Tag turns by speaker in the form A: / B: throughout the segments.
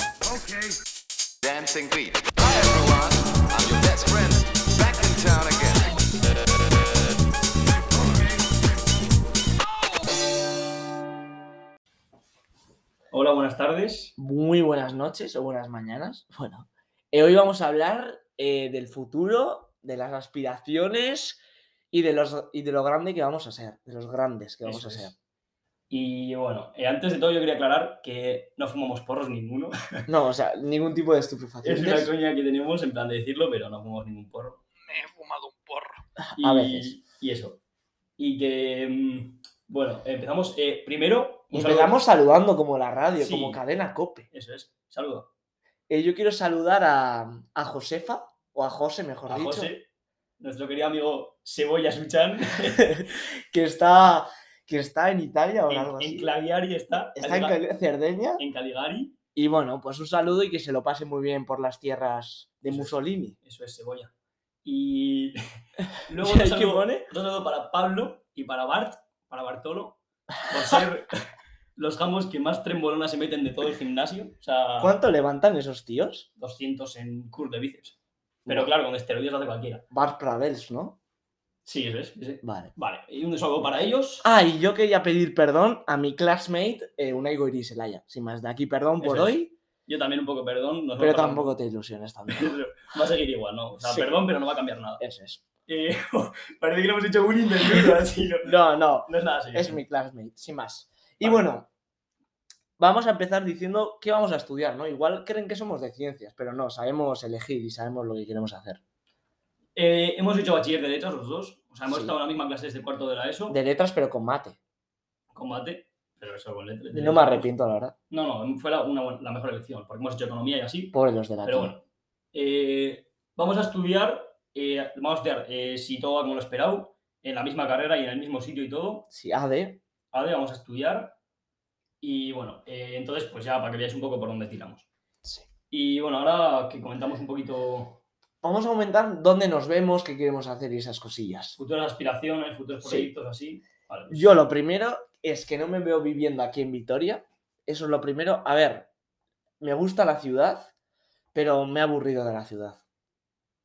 A: okay?
B: Dancing Beat. Hi everyone, I'm your best friend, back in town again.
C: Hola, buenas tardes.
D: Muy buenas noches o buenas mañanas. Bueno, eh, hoy vamos a hablar eh, del futuro, de las aspiraciones y de, los, y de lo grande que vamos a ser, de los grandes que vamos
C: Eso
D: a ser.
C: es. Y bueno, eh, antes de todo yo quería aclarar que no fumamos porros ninguno.
D: No, o sea, ningún tipo de
C: Es una
D: estupefacientes.
C: coña que tenemos en plan de decirlo, pero no fumamos ningún porro.
E: Me he fumado un porro.
C: Y,
D: A veces.
C: Y eso. Y que, mm, bueno, empezamos eh, primero...
D: Y
C: un saludo-
D: empezamos saludando como la radio,
C: Sí.
D: como cadena cope.
C: Eso es, saludo.
D: Eh, yo quiero saludar a, a Josefa, o a José, mejor
C: A
D: dicho,
C: José, nuestro querido amigo Cebolla Suchan,
D: que está, que está en Italia o
C: en,
D: algo
C: en
D: así.
C: Claviari está,
D: Está en
C: Cali-
D: Cal- Cerdeña.
C: en Caligari.
D: Y bueno, pues un saludo y que se lo pase muy bien por las tierras de
C: Eso es.
D: Mussolini.
C: Eso es Cebolla. Y luego otro
D: ¿Y ahí qué
C: saludo,
D: pone?
C: otro saludo para Pablo y para Bart, para Bartolo, por ser los jamos que más trembolonas se meten de todo el gimnasio. O sea,
D: ¿Cuánto levantan esos tíos?
C: 200 en curl de bíceps. Pero claro, con esteroides lo hace cualquiera.
D: Bar Pravels, ¿no?
C: Sí, eso es. ese.
D: Vale.
C: Vale, y un saludo para ellos.
D: Ah, y yo quería pedir perdón a mi classmate, eh, Unai Goirizelaya. Sin más, de aquí perdón por
C: Eso es.
D: hoy,
C: Yo también un poco perdón. nos
D: pero
C: vemos para-
D: tampoco te ilusiones también.
C: Va a seguir igual, ¿no? O sea,
D: Sí.
C: perdón, pero no va a cambiar nada.
D: Eso es.
C: Eh, parece que lo hemos hecho bullying del libro, así. No,
D: No, no,
C: no es nada serio.
D: es mi classmate, sin más. Y
C: Vale.
D: bueno, vamos a empezar diciendo qué vamos a estudiar, ¿no? Igual creen que somos de ciencias, pero no, sabemos elegir y sabemos lo que queremos hacer.
C: Eh, hemos hecho bachiller de letras los dos. O sea, hemos
D: Sí.
C: estado en la misma clase desde cuarto de la ESO.
D: De letras, pero con mate.
C: Combate. Pero eso con letras.
D: Y no me arrepiento, la verdad.
C: No, no, fue la, una buena- la mejor elección. Porque hemos hecho economía y así.
D: Pobre los de la
C: Pero
D: tele.
C: bueno. Eh, vamos a estudiar. eh, vamos a estudiar eh, si todo va como lo esperado. En la misma carrera y en el mismo sitio y todo.
D: Sí, ah, AD.
C: ADE vamos a estudiar. Y bueno, eh, entonces, pues ya para que veáis un poco por dónde tiramos.
D: Sí.
C: Y bueno, ahora que comentamos un poquito
D: Vamos a comentar dónde nos vemos, qué queremos hacer y esas cosillas.
C: futuras aspiraciones, futuros
D: Sí.
C: proyectos, así. Vale, pues,
D: Yo lo primero es que no me veo viviendo aquí en Vitoria. Eso es lo primero. A ver, me gusta la ciudad, pero me he aburrido de la ciudad.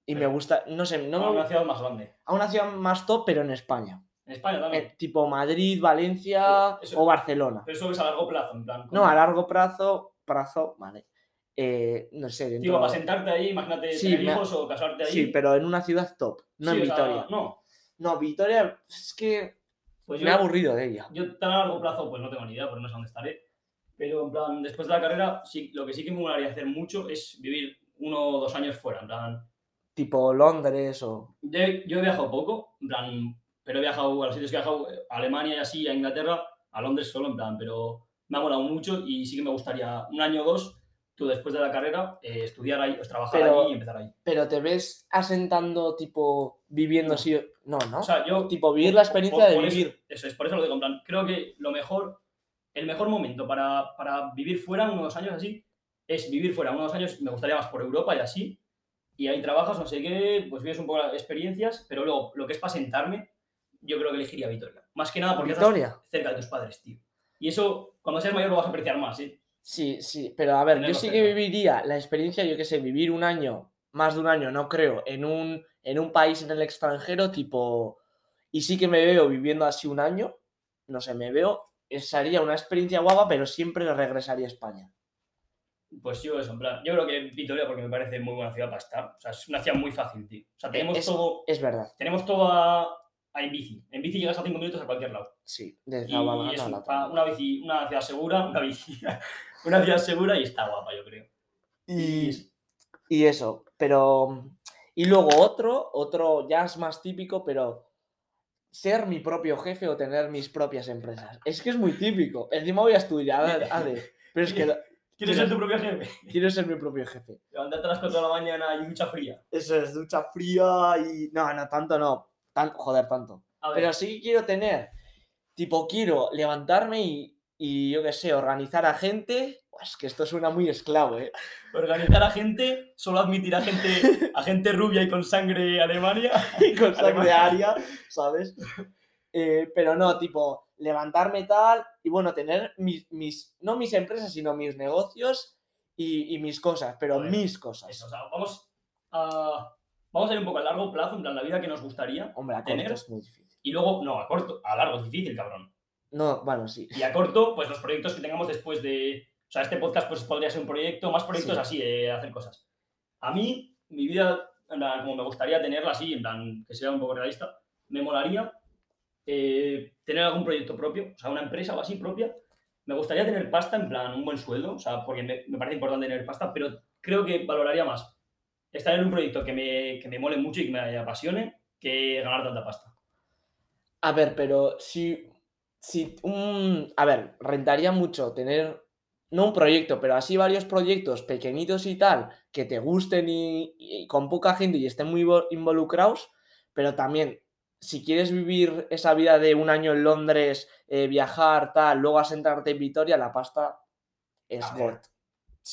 D: Y me
C: Pero-
D: gusta, no sé, no
C: a
D: me-
C: una ciudad más grande.
D: a una ciudad más top, pero en España.
C: En España también.
D: Eh, tipo Madrid, Valencia
C: Eso-
D: o Barcelona.
C: Pero eso es a largo plazo, en plan.
D: No, a largo plazo, plazo, vale. Eh, no sé, dentro-
C: Digo, para sentarte ahí, imagínate
D: Sí,
C: tener
D: me-
C: hijos o casarte ahí.
D: Sí, pero en una ciudad top, no
C: Sí,
D: en
C: o sea,
D: Vitoria.
C: no.
D: No, Vitoria es que
C: Pues
D: me he
C: yo,
D: aburrido de ella.
C: yo tan a largo plazo, pues no tengo ni idea, pero no sé dónde estaré. Pero en plan, después de la carrera, sí, lo que sí que me molaría hacer mucho es vivir uno o dos años fuera. En plan,
D: Tipo Londres o...
C: yo, he- yo he viajado poco, en plan, pero he viajado a los sitios que he viajado, eh, a Alemania y así, a Inglaterra, a Londres solo, en plan, pero me ha molado mucho y sí que me gustaría un año o dos, tú después de la carrera, eh, estudiar ahí, pues, trabajar
D: Pero-
C: ahí y empezar ahí.
D: pero te ves asentando, tipo, viviendo
C: No.
D: así. No, no.
C: O sea, yo
D: tipo, vivir la
C: Por-
D: experiencia
C: por
D: de
C: eso-
D: vivir.
C: Eso, es, por eso lo digo, en plan, creo que lo mejor, el mejor momento para, para vivir fuera, unos años así, es vivir fuera unos años, me gustaría más por Europa y así, y ahí trabajas, no sé qué, pues vives un poco las experiencias, pero luego, lo que es para sentarme, yo creo que elegiría Vitoria. Más que nada porque
D: Vitoria.
C: estás cerca de tus padres, tío. Y eso, cuando seas mayor lo vas a apreciar más, ¿eh?
D: Sí, sí, pero a ver, yo
C: Tenerlo
D: sí que
C: cerca.
D: viviría la experiencia, yo qué sé, vivir un año, más de un año, no creo, en un, en un país en el extranjero, tipo. Y sí que me veo viviendo así un año, no sé, me veo, sería una experiencia guapa, pero siempre regresaría a España.
C: Pues yo eso, en plan, yo creo que Vitoria porque me parece muy buena ciudad para estar. O sea, es una ciudad muy fácil, tío. O sea, tenemos
D: es-
C: todo,
D: Es verdad,
C: tenemos todo a- a en bici. En bici llegas a cinco minutos a cualquier lado.
D: sí, desde
C: Y
D: la Habana
C: es
D: a la
C: un-
D: otra.
C: una, bici- una ciudad segura, una bici, una ciudad segura y está guapa, yo creo.
D: Y,
C: Y-
D: y eso, pero... Y luego otro, otro ya es más típico, pero ser mi propio jefe o tener mis propias empresas. Es que es muy típico. Encima voy a estudiar ADE, pero es que lo-
C: ¿Quieres ser
D: Quiero-
C: tu propio jefe?
D: quiero ser mi propio jefe.
C: Levantarte a las 4 de la mañana y mucha fría.
D: Eso es ducha fría y... No, no, tanto no. Tan- joder, tanto.
C: A ver,
D: Pero sí que quiero tener, tipo, quiero levantarme y, y yo qué sé, organizar a gente. Buah, Es que esto suena muy esclavo, ¿eh?
C: organizar a gente, solo admitir a gente, a gente rubia y con sangre Alemania.
D: y con sangre de
C: Alemania.
D: área, ¿sabes? Eh, pero no, tipo, levantarme tal y bueno, tener mis, mis, no mis empresas, sino mis negocios y, y mis cosas, pero
C: Joder,
D: mis cosas.
C: Eso, o sea, vamos a, vamos a ir un poco a largo plazo, en plan, la vida que nos gustaría.
D: Hombre, a corto
C: tener-
D: es muy difícil.
C: Y luego, no, a corto, a largo es difícil, cabrón.
D: No, bueno, sí.
C: Y a corto, pues los proyectos que tengamos después de. O sea, este podcast pues podría ser un proyecto, más proyectos
D: Sí.
C: así, de hacer cosas. A mí, mi vida, en plan, como me gustaría tenerla así, en plan, que sea un poco realista, me molaría eh, tener algún proyecto propio, o sea, una empresa o así propia. Me gustaría tener pasta, en plan, un buen sueldo, o sea, porque me, me parece importante tener pasta, pero creo que valoraría más estar en un proyecto que me, que me mole mucho y que me apasione que ganar tanta pasta.
D: A ver, pero si, si un... A ver, rentaría mucho tener, no un proyecto, pero así varios proyectos pequeñitos y tal, que te gusten y, y con poca gente y estén muy vo- involucrados, pero también, si quieres vivir esa vida de un año en Londres, eh, viajar, tal, luego asentarte en Vitoria, la pasta es
C: A ver.
D: God.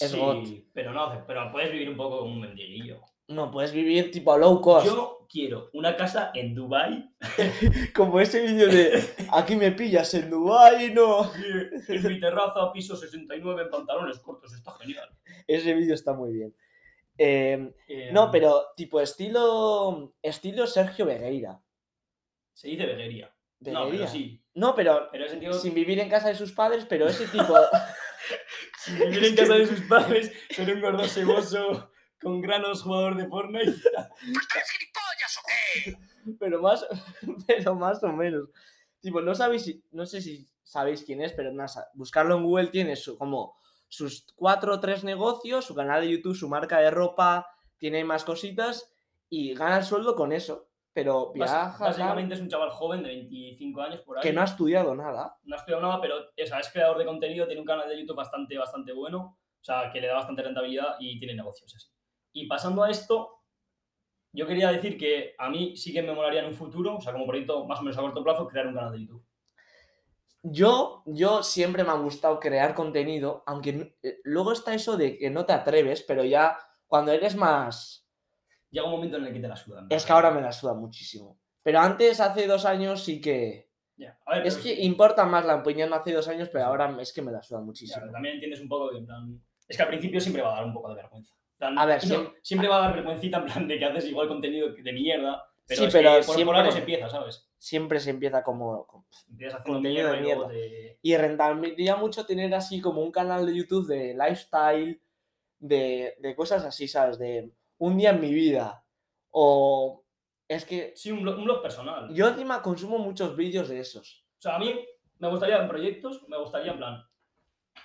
D: Es got.
C: pero no, hace- pero puedes vivir un poco como un mendiguillo.
D: No puedes vivir tipo a low cost.
C: Yo quiero una casa en Dubai.
D: Como ese vídeo de aquí me pillas en Dubái, no.
C: en mi terraza, piso 69 en pantalones cortos, está genial.
D: Ese vídeo está muy bien. Em,
C: Eh,
D: No, pero tipo estilo estilo Sergio Vegueira.
C: Se dice veguería. No,
D: Vegueira.
C: pero sí.
D: No, pero
C: Pero ese tío,
D: sin vivir en casa de sus padres, pero ese tipo
C: si vivir en casa de sus padres, ser un gordo ceboso con granos jugador de Fortnite.
D: pero más pero más o menos. Tipo, no sabéis si- no sé si sabéis quién es, pero nada, sa- buscarlo en Google tiene su como sus cuatro o tres negocios, su canal de YouTube, su marca de ropa, tiene más cositas y gana el sueldo con eso, pero
C: Bás-
D: viaja tal,
C: Básicamente es un chaval joven de 25 años por ahí.
D: que no ha estudiado nada.
C: no ha estudiado nada, pero o sea, es creador de contenido, tiene un canal de YouTube bastante, bastante bueno, o sea, que le da bastante rentabilidad y tiene negocios así. Y pasando a esto, yo quería decir que a mí sí que me molaría en un futuro, o sea, como proyecto más o menos a corto plazo, crear un canal de YouTube.
D: Yo, yo siempre me ha gustado crear contenido, aunque n- eh, luego está eso de que no te atreves, pero ya cuando eres más...
C: Llega un momento en el que te la sudan.
D: Es que ahora me la suda muchísimo. Pero antes, hace dos años, sí que...
C: Ya, A ver,
D: Es
C: pero-
D: que importa más la opinión hace dos años, pero ahora es que me la suda
C: ya, pero
D: muchísimo.
C: también entiendes un poco que, en plan, es que al principio siempre va a dar un poco de vergüenza. En plan,
D: A ver,
C: no,
D: siem-
C: siempre... va a dar vergüencita en plan de que haces igual contenido que de mierda, pero
D: Sí,
C: es
D: pero
C: que por- por, algo
D: siempre-
C: se empieza, ¿sabes?
D: Siempre se empieza como... como-
C: Empiezas haciendo
D: Contenido de
C: mierda y luego te-
D: Y rentaría mucho tener así como un canal de YouTube de lifestyle, de, de cosas así, ¿sabes? De un día en mi vida. O... Es que
C: Sí, un blog, un blog personal.
D: yo encima consumo muchos vídeos de esos.
C: O sea, a mí me gustaría en proyectos, me gustaría en plan.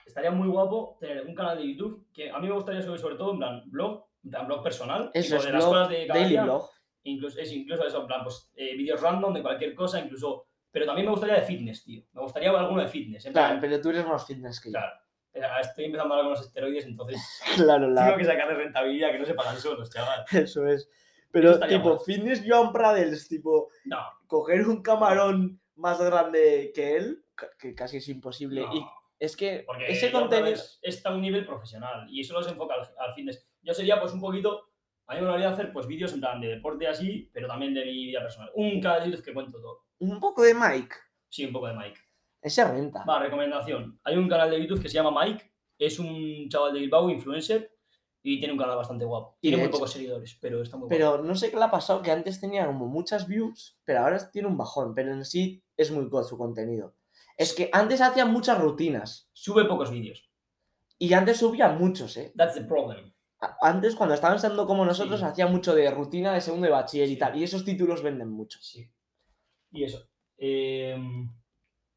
C: Estaría muy guapo tener un canal de YouTube que a mí me gustaría subir sobre todo en plan blog, en plan blog personal,
D: Eso
C: tipo
D: es
C: de las
D: blog,
C: cosas de cada
D: Daily
C: día,
D: Blog.
C: Incluso, es incluso eso, en plan, pues eh, vídeos random de cualquier cosa, incluso. Pero también me gustaría de fitness, tío. Me gustaría alguno de fitness. En
D: Claro,
C: plan,
D: pero tú eres más fitness que yo.
C: claro. Eh, Estoy empezando ahora con los esteroides, entonces
D: Claro, la-
C: tengo que sacarle rentabilidad que no se pagan solos, chaval.
D: eso es. Pero
C: estaría
D: tipo,
C: mal.
D: fitness Joan Pradels, tipo,
C: No,
D: coger un camarón más grande que él, ca- que casi es imposible.
C: no.
D: Y es que
C: Porque la
D: ese
C: otra
D: contenido...
C: vez está a un nivel profesional y eso los enfoca al, al fitness. Yo sería pues un poquito, a mí me gustaría hacer pues vídeos en plan de deporte así, pero también de mi vida personal. Un cada día que cuento todo.
D: Un poco de Mike.
C: Sí, un poco de Mike.
D: Ese renta.
C: Va, recomendación. Hay un canal de YouTube que se llama Mike, es un chaval de Bilbao, influencer, y tiene un canal bastante guapo.
D: Y
C: Tiene
D: de
C: muy
D: hecho-
C: pocos seguidores, pero está muy guapo.
D: Pero no sé qué le ha pasado, que antes tenía como muchas views, pero ahora tiene un bajón. Pero en sí es muy god su contenido. Es que antes hacía muchas rutinas.
C: Sube pocos vídeos.
D: Y antes subía muchos, ¿eh?
C: That's the problem.
D: A- Antes, cuando estaban estando como nosotros,
C: Sí.
D: hacía mucho de rutina de segundo de bachiller y
C: Sí.
D: tal. Y esos títulos venden mucho.
C: Sí. Y eso. Eh,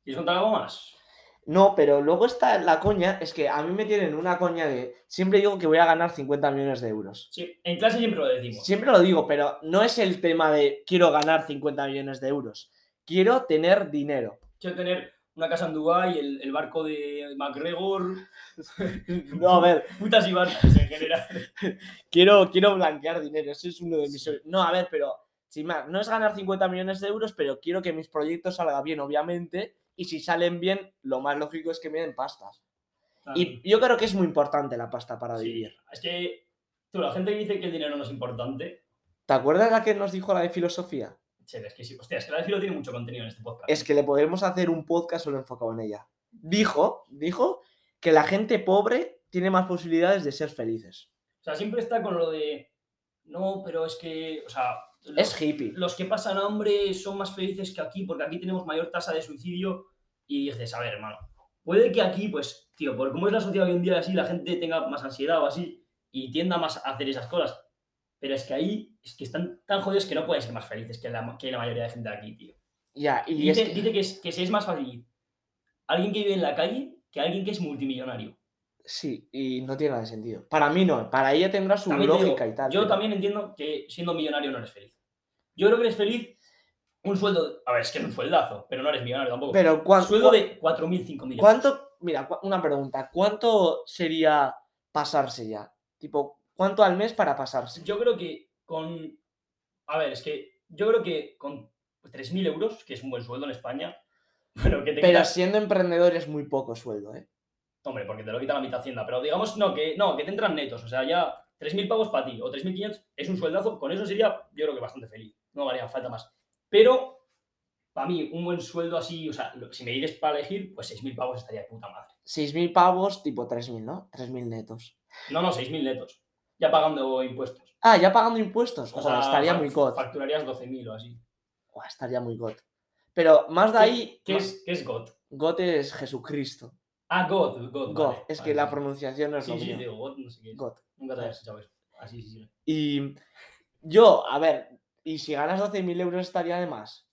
C: ¿Quieres contar algo más?
D: No, pero luego está la coña, es que a mí me tienen una coña de. Siempre digo que voy a ganar 50 millones de euros.
C: Sí, en clase siempre lo decimos.
D: Siempre lo digo, pero no es el tema de quiero ganar 50 millones de euros. Quiero tener dinero.
C: Quiero tener una casa en Dubái, el, el barco de MacGregor,
D: No, a ver,
C: putas y barcas en general.
D: quiero, quiero blanquear dinero. Ese es uno de mis. sue- No, a ver, pero. Sin más, no es ganar 50 millones de euros, pero quiero que mis proyectos salgan bien, obviamente. Y si salen bien, lo más lógico es que me den pastas. Y yo creo que es muy importante la pasta para
C: Sí,
D: vivir.
C: Es que, tú, la gente que dice que el dinero no es importante,
D: ¿Te acuerdas la que nos dijo la de filosofía?
C: che, es que sí, hostia, es que la filo tiene mucho contenido en este podcast.
D: Es que le podemos hacer un podcast solo enfocado en ella. Dijo, dijo que la gente pobre tiene más posibilidades de ser felices.
C: O sea, siempre está con lo de. No, pero es que. O sea. los-
D: Es hippie.
C: los que pasan hambre son más felices que aquí, porque aquí tenemos mayor tasa de suicidio. Y dices, a ver, hermano, puede que aquí, pues, tío, por cómo es la sociedad hoy en día así, la gente tenga más ansiedad o así, y tienda más a hacer esas cosas. Pero es que ahí, es que están tan jodidos que no pueden ser más felices que la, que la mayoría de gente de aquí, tío.
D: Ya, y es
C: dice
D: que-
C: dice que, es, que se es más fácil alguien que vive en la calle que alguien que es multimillonario.
D: Sí, y no tiene nada de sentido. Para mí no, para ella tendrá su
C: También te digo,
D: lógica y tal.
C: Yo
D: pero-
C: también entiendo que siendo millonario no eres feliz. Yo creo que eres feliz un sueldo. A ver, es que es un sueldazo, pero no eres millonario tampoco.
D: Pero cuan-
C: sueldo
D: cua-
C: de 4.000, 5.000.
D: ¿cuánto? Mira, cua- una pregunta. ¿Cuánto sería pasarse ya? Tipo, ¿cuánto al mes para pasarse?
C: Yo creo que con. A ver, es que yo creo que con 3.000 euros, que es un buen sueldo en España, bueno, que te
D: Pero
C: quitas-
D: siendo emprendedor es muy poco sueldo, ¿eh?
C: Hombre, porque te lo quita la mitad Hacienda, pero digamos, no, que no, que te entran netos, o sea, ya 3.000 pavos para ti o 3.500 es un sueldazo, con eso sería, yo creo que bastante feliz, no haría falta más. Pero, para mí, un buen sueldo así, o sea, lo- si me dices para elegir, pues 6.000 pavos estaría de puta madre.
D: 6.000 pavos, tipo 3.000, ¿no? 3.000 netos.
C: No, no, 6.000 netos, ya pagando impuestos.
D: Ah, ya pagando impuestos.
C: O
D: Joder,
C: sea,
D: estaría
C: fac-
D: muy got.
C: Facturarías 12.000 o así.
D: Buah, estaría muy got. Pero más de
C: ¿Qué-
D: ahí,
C: ¿Qué
D: ma-
C: es, qué es God?
D: got es Jesucristo.
C: Ah, God, God.
D: Got,
C: vale,
D: es
C: vale,
D: que la
C: sí.
D: pronunciación no es
C: Sí,
D: lo
C: sí,
D: mío.
C: digo God, no sé qué es.
D: Got.
C: Nunca te
D: Vale.
C: habías escuchado eso. Así, sí, sí.
D: Y yo, a ver, y si ganas 12.000 euros estaría de más.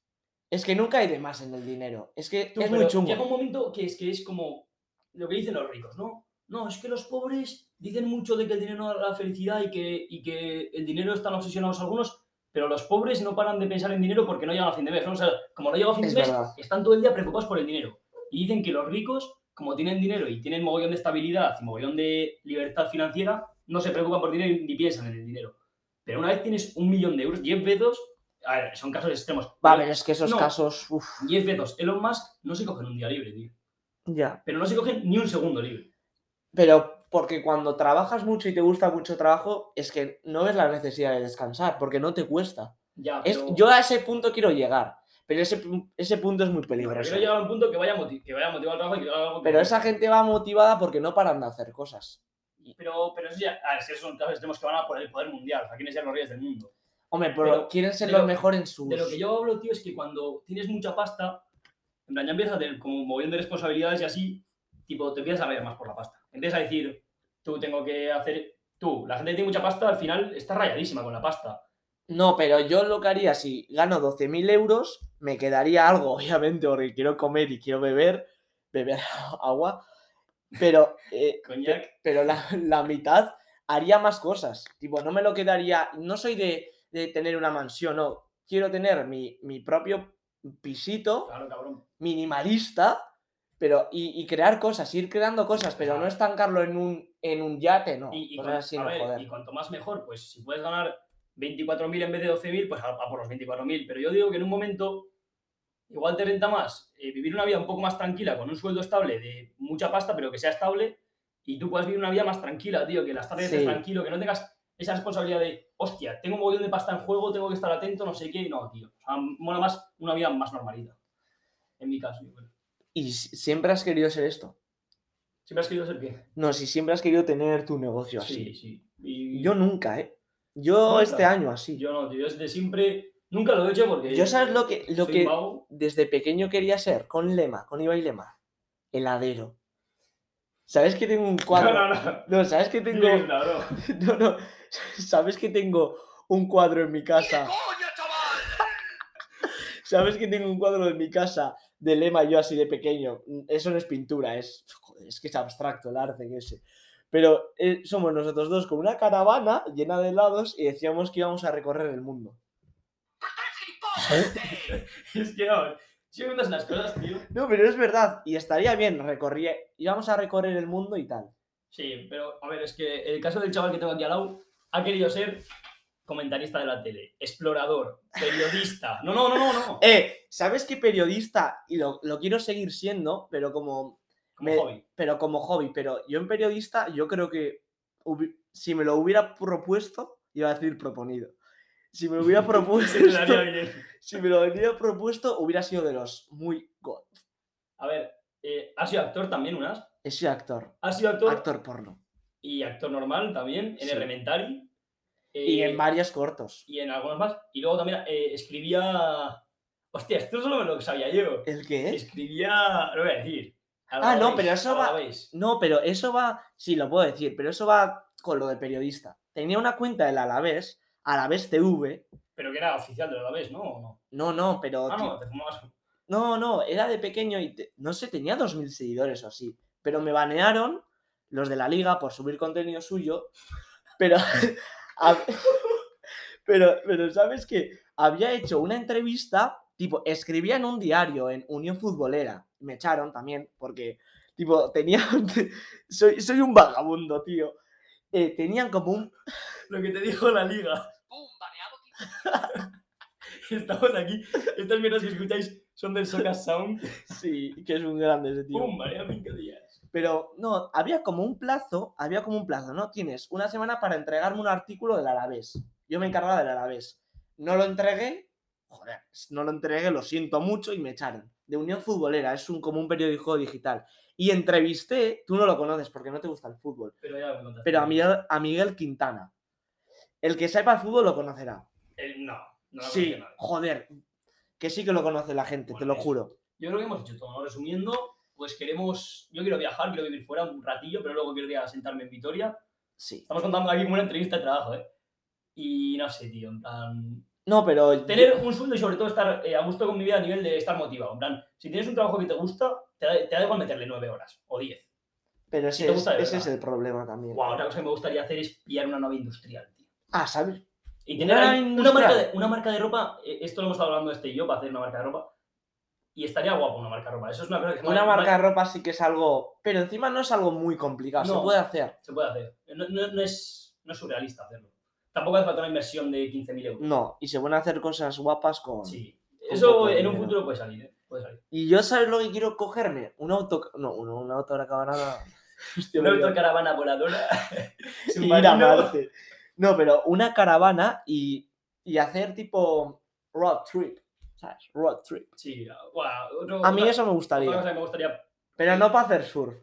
D: Es que nunca hay de más en el dinero. Es que
C: Tú,
D: es
C: pero
D: muy chungo.
C: Llega un momento que es que es como lo que dicen los ricos, ¿no? No, es que los pobres dicen mucho de que el dinero da la felicidad y que, y que el dinero están obsesionados algunos, pero los pobres no paran de pensar en dinero porque no llegan a fin de mes. ¿no? O sea, como no llega a fin
D: Es
C: de mes,
D: verdad.
C: están todo el día preocupados por el dinero. Y dicen que los ricos, como tienen dinero y tienen mogollón de estabilidad y mogollón de libertad financiera, no se preocupan por dinero y ni piensan en el dinero. Pero una vez tienes un millón de euros, 10 veces, a ver, son casos extremos.
D: Va, pero es que esos
C: No.
D: casos, uff,
C: 10 veces Elon Musk no se cogen un día libre, tío
D: ya.
C: pero no se cogen ni un segundo libre.
D: Pero porque cuando trabajas mucho y te gusta mucho trabajo, es que no ves la necesidad de descansar, porque no te cuesta.
C: Ya,
D: Es,
C: pero-
D: yo a ese punto quiero llegar, pero ese, pu- ese punto es muy
C: pero
D: peligroso.
C: quiero llegar a un punto que vaya, moti- que vaya motivado al trabajo y que haga algo que
D: Pero
C: me
D: esa
C: guste.
D: gente va motivada porque no paran de hacer cosas.
C: Pero, pero eso ya. A ver, si esos son casos extremos que van a por el poder mundial. O sea, quieren ser los reyes del mundo.
D: Hombre, pero,
C: Pero
D: quieren ser
C: de
D: los
C: lo-
D: mejor en sus...
C: De lo que yo hablo, tío, es que cuando tienes mucha pasta, en plan ya empiezas a tener como moviendo responsabilidades y así, tipo, te empiezas a rayar más por la pasta. Empiezas a decir, tú tengo que hacer. Tú, la gente que tiene mucha pasta, al final está rayadísima con la pasta.
D: No, pero yo lo que haría si gano 12.000 euros, me quedaría algo, obviamente, porque quiero comer y quiero beber, beber agua, pero, eh,
C: Coñac.
D: pero la, la mitad haría más cosas. Tipo, no me lo quedaría, no soy de, de tener una mansión, no. Quiero tener mi, mi propio pisito
C: Claro, cabrón.
D: minimalista, pero y, y crear cosas, ir creando cosas, pero no
C: Claro.
D: estancarlo en un, en un yate, no.
C: Y, y
D: cosas
C: cuan-
D: así,
C: a
D: no,
C: ver,
D: joder.
C: y cuanto más mejor, pues si puedes ganar 24.000 en vez de 12.000, pues a, a por los 24.000. Pero yo digo que en un momento igual te renta más eh, vivir una vida un poco más tranquila, con un sueldo estable, de mucha pasta, pero que sea estable, y tú puedas vivir una vida más tranquila, tío, que las tardes estés
D: Sí.
C: tranquilo, que no tengas esa responsabilidad de, hostia, tengo un mogollón de pasta en juego, tengo que estar atento, no sé qué, no, tío. O sea, mola más una vida más normalita. En mi caso, yo creo.
D: y si- siempre has querido ser esto.
C: ¿Siempre has querido ser qué?
D: No, si siempre has querido tener tu negocio
C: Sí,
D: así.
C: sí. Y-
D: Yo nunca, ¿eh? Yo
C: Nunca.
D: este año así. Yo,
C: Yo no, tío, yo desde siempre nunca lo he hecho porque.
D: sabes lo que, lo
C: soy
D: que
C: vago.
D: desde pequeño quería ser con Lema, con Ibai Lema. Heladero. ¿Sabes que tengo un cuadro?
C: No, no, no.
D: No, ¿sabes que tengo.
C: Dime que no, no.
D: No, no. ¿Sabes que tengo un cuadro en mi casa? ¿Sabes que tengo un cuadro en mi casa de Lema yo así de pequeño? Mm, Eso no es pintura, es. joder, es que es abstracto el arte que ese. Pero eh, somos nosotros dos con una caravana llena de helados y decíamos que íbamos a recorrer el mundo.
C: Es que no. Si me cuentas unas cosas, tío.
D: No, pero es verdad. Y estaría bien, recorría, íbamos a recorrer el mundo y tal.
C: Sí, pero a ver, es que el caso del chaval que tengo aquí al lado ha querido ser comentarista de la tele, explorador, periodista. No, no, no, no, no.
D: Eh, ¿sabes qué periodista? Y lo, lo quiero seguir siendo, pero como,
C: Como
D: me-
C: hobby.
D: pero como hobby. Pero yo en periodista, yo creo que hubi- si me lo hubiera propuesto, iba a decir proponido. Si me lo hubiera propuesto,
C: Se te daría bien.
D: si me lo hubiera propuesto, hubiera sido de los muy god.
C: A ver, eh, ¿has sido actor también unas?
D: He sido actor,
C: ¿Has sido actor?
D: actor porno.
C: y actor normal también, en
D: Sí.
C: el Rementari.
D: Y
C: eh,
D: en varios cortos.
C: y en algunos más. Y luego también eh, escribía. Hostia, esto solo me lo sabía yo.
D: ¿El qué es?
C: Escribía. Lo voy a decir.
D: ¿Eh? Ah, no, pero eso va-
C: ¿Veis?
D: No, pero eso va, sí, lo puedo decir, pero eso va con lo de periodista. Tenía una cuenta del Alavés, Alavés TV.
C: Pero que era oficial de la vez, ¿no? ¿O no?
D: No, no, pero...
C: Ah,
D: ti-
C: no, te fumabas.
D: No, no, era de pequeño y te- no sé, tenía 2.000 seguidores o así. Pero me banearon los de la liga por subir contenido suyo. Pero, hab- pero, pero ¿sabes qué? Había hecho una entrevista, tipo, escribía en un diario, en Unión Futbolera. Me echaron también porque, tipo, tenía... soy, soy un vagabundo, tío. Eh, tenían como un...
C: Lo que te dijo la liga.
A: ¡Pum! Baneado.
C: Estamos aquí. Estas mierdas que escucháis son del Soca Sound.
D: Sí, que es un grande ese tío.
C: ¡Pum! María, cinco días.
D: Pero no, había como un plazo, había como un plazo, ¿no? Tienes una semana para entregarme un artículo del Alavés. Yo me encargaba del Alavés. No lo entregué, joder, no lo entregué, lo siento mucho y me echaron. De Unión Futbolera, es un, como un periódico digital. Y entrevisté, tú no lo conoces porque no te gusta el fútbol,
C: Pero ya me contaste.
D: pero a Miguel, a Miguel Quintana. El que sepa el fútbol lo conocerá.
C: Eh, no, no lo
D: sí,
C: conocía nadie.
D: joder, que sí que lo conoce la gente, te
C: Bueno,
D: lo
C: es-
D: juro.
C: Yo creo que hemos hecho todo, ¿no? Resumiendo, pues queremos. Yo quiero viajar, quiero vivir fuera un ratillo, pero luego quiero ir a sentarme en Vitoria.
D: Sí.
C: Estamos contando aquí como una entrevista de trabajo, ¿eh? Y no sé, tío, en plan...
D: No, pero...
C: Tener un sueldo y sobre todo estar eh, a gusto con mi vida a nivel de estar motivado. En plan, si tienes un trabajo que te gusta, te da, te da igual meterle nueve horas o diez.
D: Pero
C: si
D: ese,
C: te
D: es-
C: gusta de
D: ese es
C: verdad.
D: el problema también.
C: Guau, otra cosa que me gustaría hacer es pillar una nave industrial, tío.
D: Ah, ¿sabes?
C: Y tener
D: Una
C: ahí
D: nave
C: una, marca de,
D: industrial.
C: una marca de ropa, eh, esto lo hemos estado hablando este y yo para hacer una marca de ropa, y estaría guapo una marca de ropa. Eso es una cosa que se
D: Una
C: puede-
D: marca de ropa sí que es algo. Pero encima no es algo muy complicado,
C: No.
D: se puede hacer.
C: se puede hacer. No, no- no es, no es surrealista hacerlo. Tampoco hace falta una inversión de 15.000 euros.
D: No, y se pueden hacer cosas guapas con.
C: Sí.
D: Mm. Un poco
C: Eso
D: de
C: en un
D: dinero.
C: futuro puede salir, ¿eh? Puede salir.
D: Y yo, ¿sabes lo que quiero cogerme? Un auto. No, un, un auto de la cabanada. Hostia,
C: Una
D: me he liado.
C: autocaravana voladora.
D: Y ir a
C: submarino.
D: Marte. No, pero una caravana y, y hacer tipo road trip. ¿Sabes? Road trip.
C: Sí, guau, otro-
D: A mí
C: otra-
D: eso me
C: otra cosa
D: gustaría.
C: que me gustaría.
D: Pero no para hacer surf.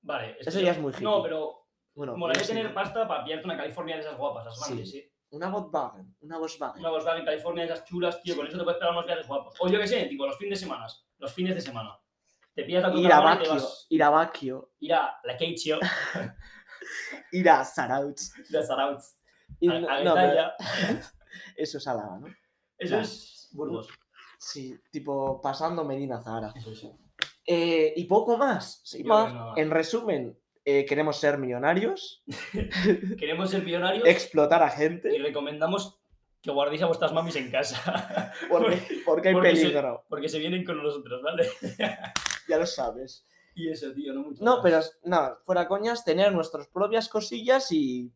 C: Vale, que
D: Eso
C: yo-
D: ya es muy hippie.
C: No, pero
D: Bueno,
C: molaría
D: yo sí.
C: tener pasta para pillarte una California de esas guapas, las
D: Sí.
C: grandes, sí.
D: Una Volkswagen. Una Volkswagen.
C: Una Volkswagen California de esas chulas, tío, con eso te puedes pegar unos viajes guapos. O yo qué sé, tipo, los fines de semana. Los fines de semana. Te pillas la
D: ir a
C: autocaravana y te
D: Baquio.
C: vas
D: Ir a Baquio.
C: ir a la Keichio,
D: Ir a Sarauts.
C: de Sarauts,
D: Ir-
C: a, a
D: no, pero-
C: Getaria.
D: Eso es Álava, ¿no?
C: Eso
D: Ya.
C: es Burgos.
D: Sí, tipo pasando Medina Zahara.
C: Eso es.
D: Eh, y poco más.
C: Yo
D: sin
C: creo
D: más.
C: que nada.
D: En resumen, eh, queremos ser millonarios,
C: Queremos ser millonarios
D: explotar a
C: y
D: gente,
C: recomendamos que guardéis a vuestras mamis en casa.
D: porque, porque hay
C: Porque se-
D: peligro.
C: Porque se vienen con nosotros, ¿vale?
D: Ya lo sabes.
C: Y eso, tío, no mucho.
D: No,
C: más.
D: pero nada, fuera coñas, tener nuestras propias cosillas y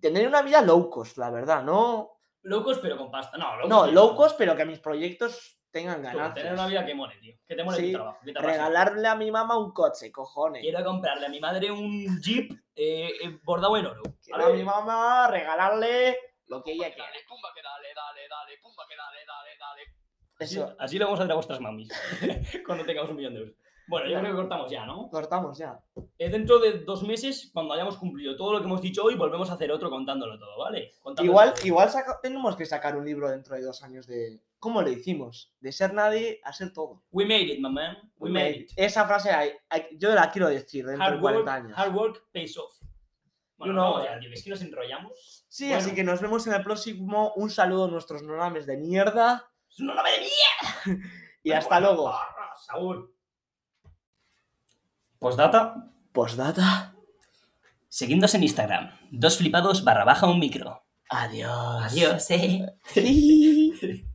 D: tener una vida low cost, la verdad. No,
C: Locos, pero con pasta. No, locos.
D: no low cost, pero que mis proyectos tengan
C: Tener una
D: ganancias.
C: vida que mole, tío. Que te mole
D: Sí,
C: tu trabajo. Que te apasione.
D: Regalarle a mi mamá un coche, cojones.
C: Quiero comprarle a mi madre un jeep eh, eh, bordado en oro.
D: Quiero a mi mamá regalarle lo que
A: Pumba
D: ella
A: que
D: quiera.
A: dale, pumba que dale, dale, dale, pumba que dale, dale, dale.
C: Así,
D: Eso,
C: así lo vamos a hacer a vuestras mamis. cuando tengamos un millón de euros. Bueno, yo
D: Ya.
C: creo que cortamos ya, ¿no?
D: cortamos ya.
C: Eh, dentro de dos meses, cuando hayamos cumplido todo lo que hemos dicho hoy, volvemos a hacer otro contándolo todo, ¿vale? Contándolo
D: Igual,
C: todo.
D: igual saca- tenemos que sacar un libro dentro de dos años de cómo lo hicimos, de ser nadie a ser todo.
C: We made it, my man. We, made, it.
D: Esa frase hay- hay- yo la quiero decir dentro de
C: Hard
D: 40
C: work,
D: años.
C: hard work pays off. Bueno,
D: You know.
C: vamos ya, tío, es que nos enrollamos.
D: Sí,
C: bueno.
D: así que nos vemos en el próximo. Un saludo a nuestros nonames de mierda
C: ¡No, no me venía!
D: y hasta luego.
C: Saúl. Postdata,
D: Postdata.
C: seguidnos en Instagram. Dos flipados barra baja un micro.
D: Adiós.
C: Adiós, eh.
D: Adiós.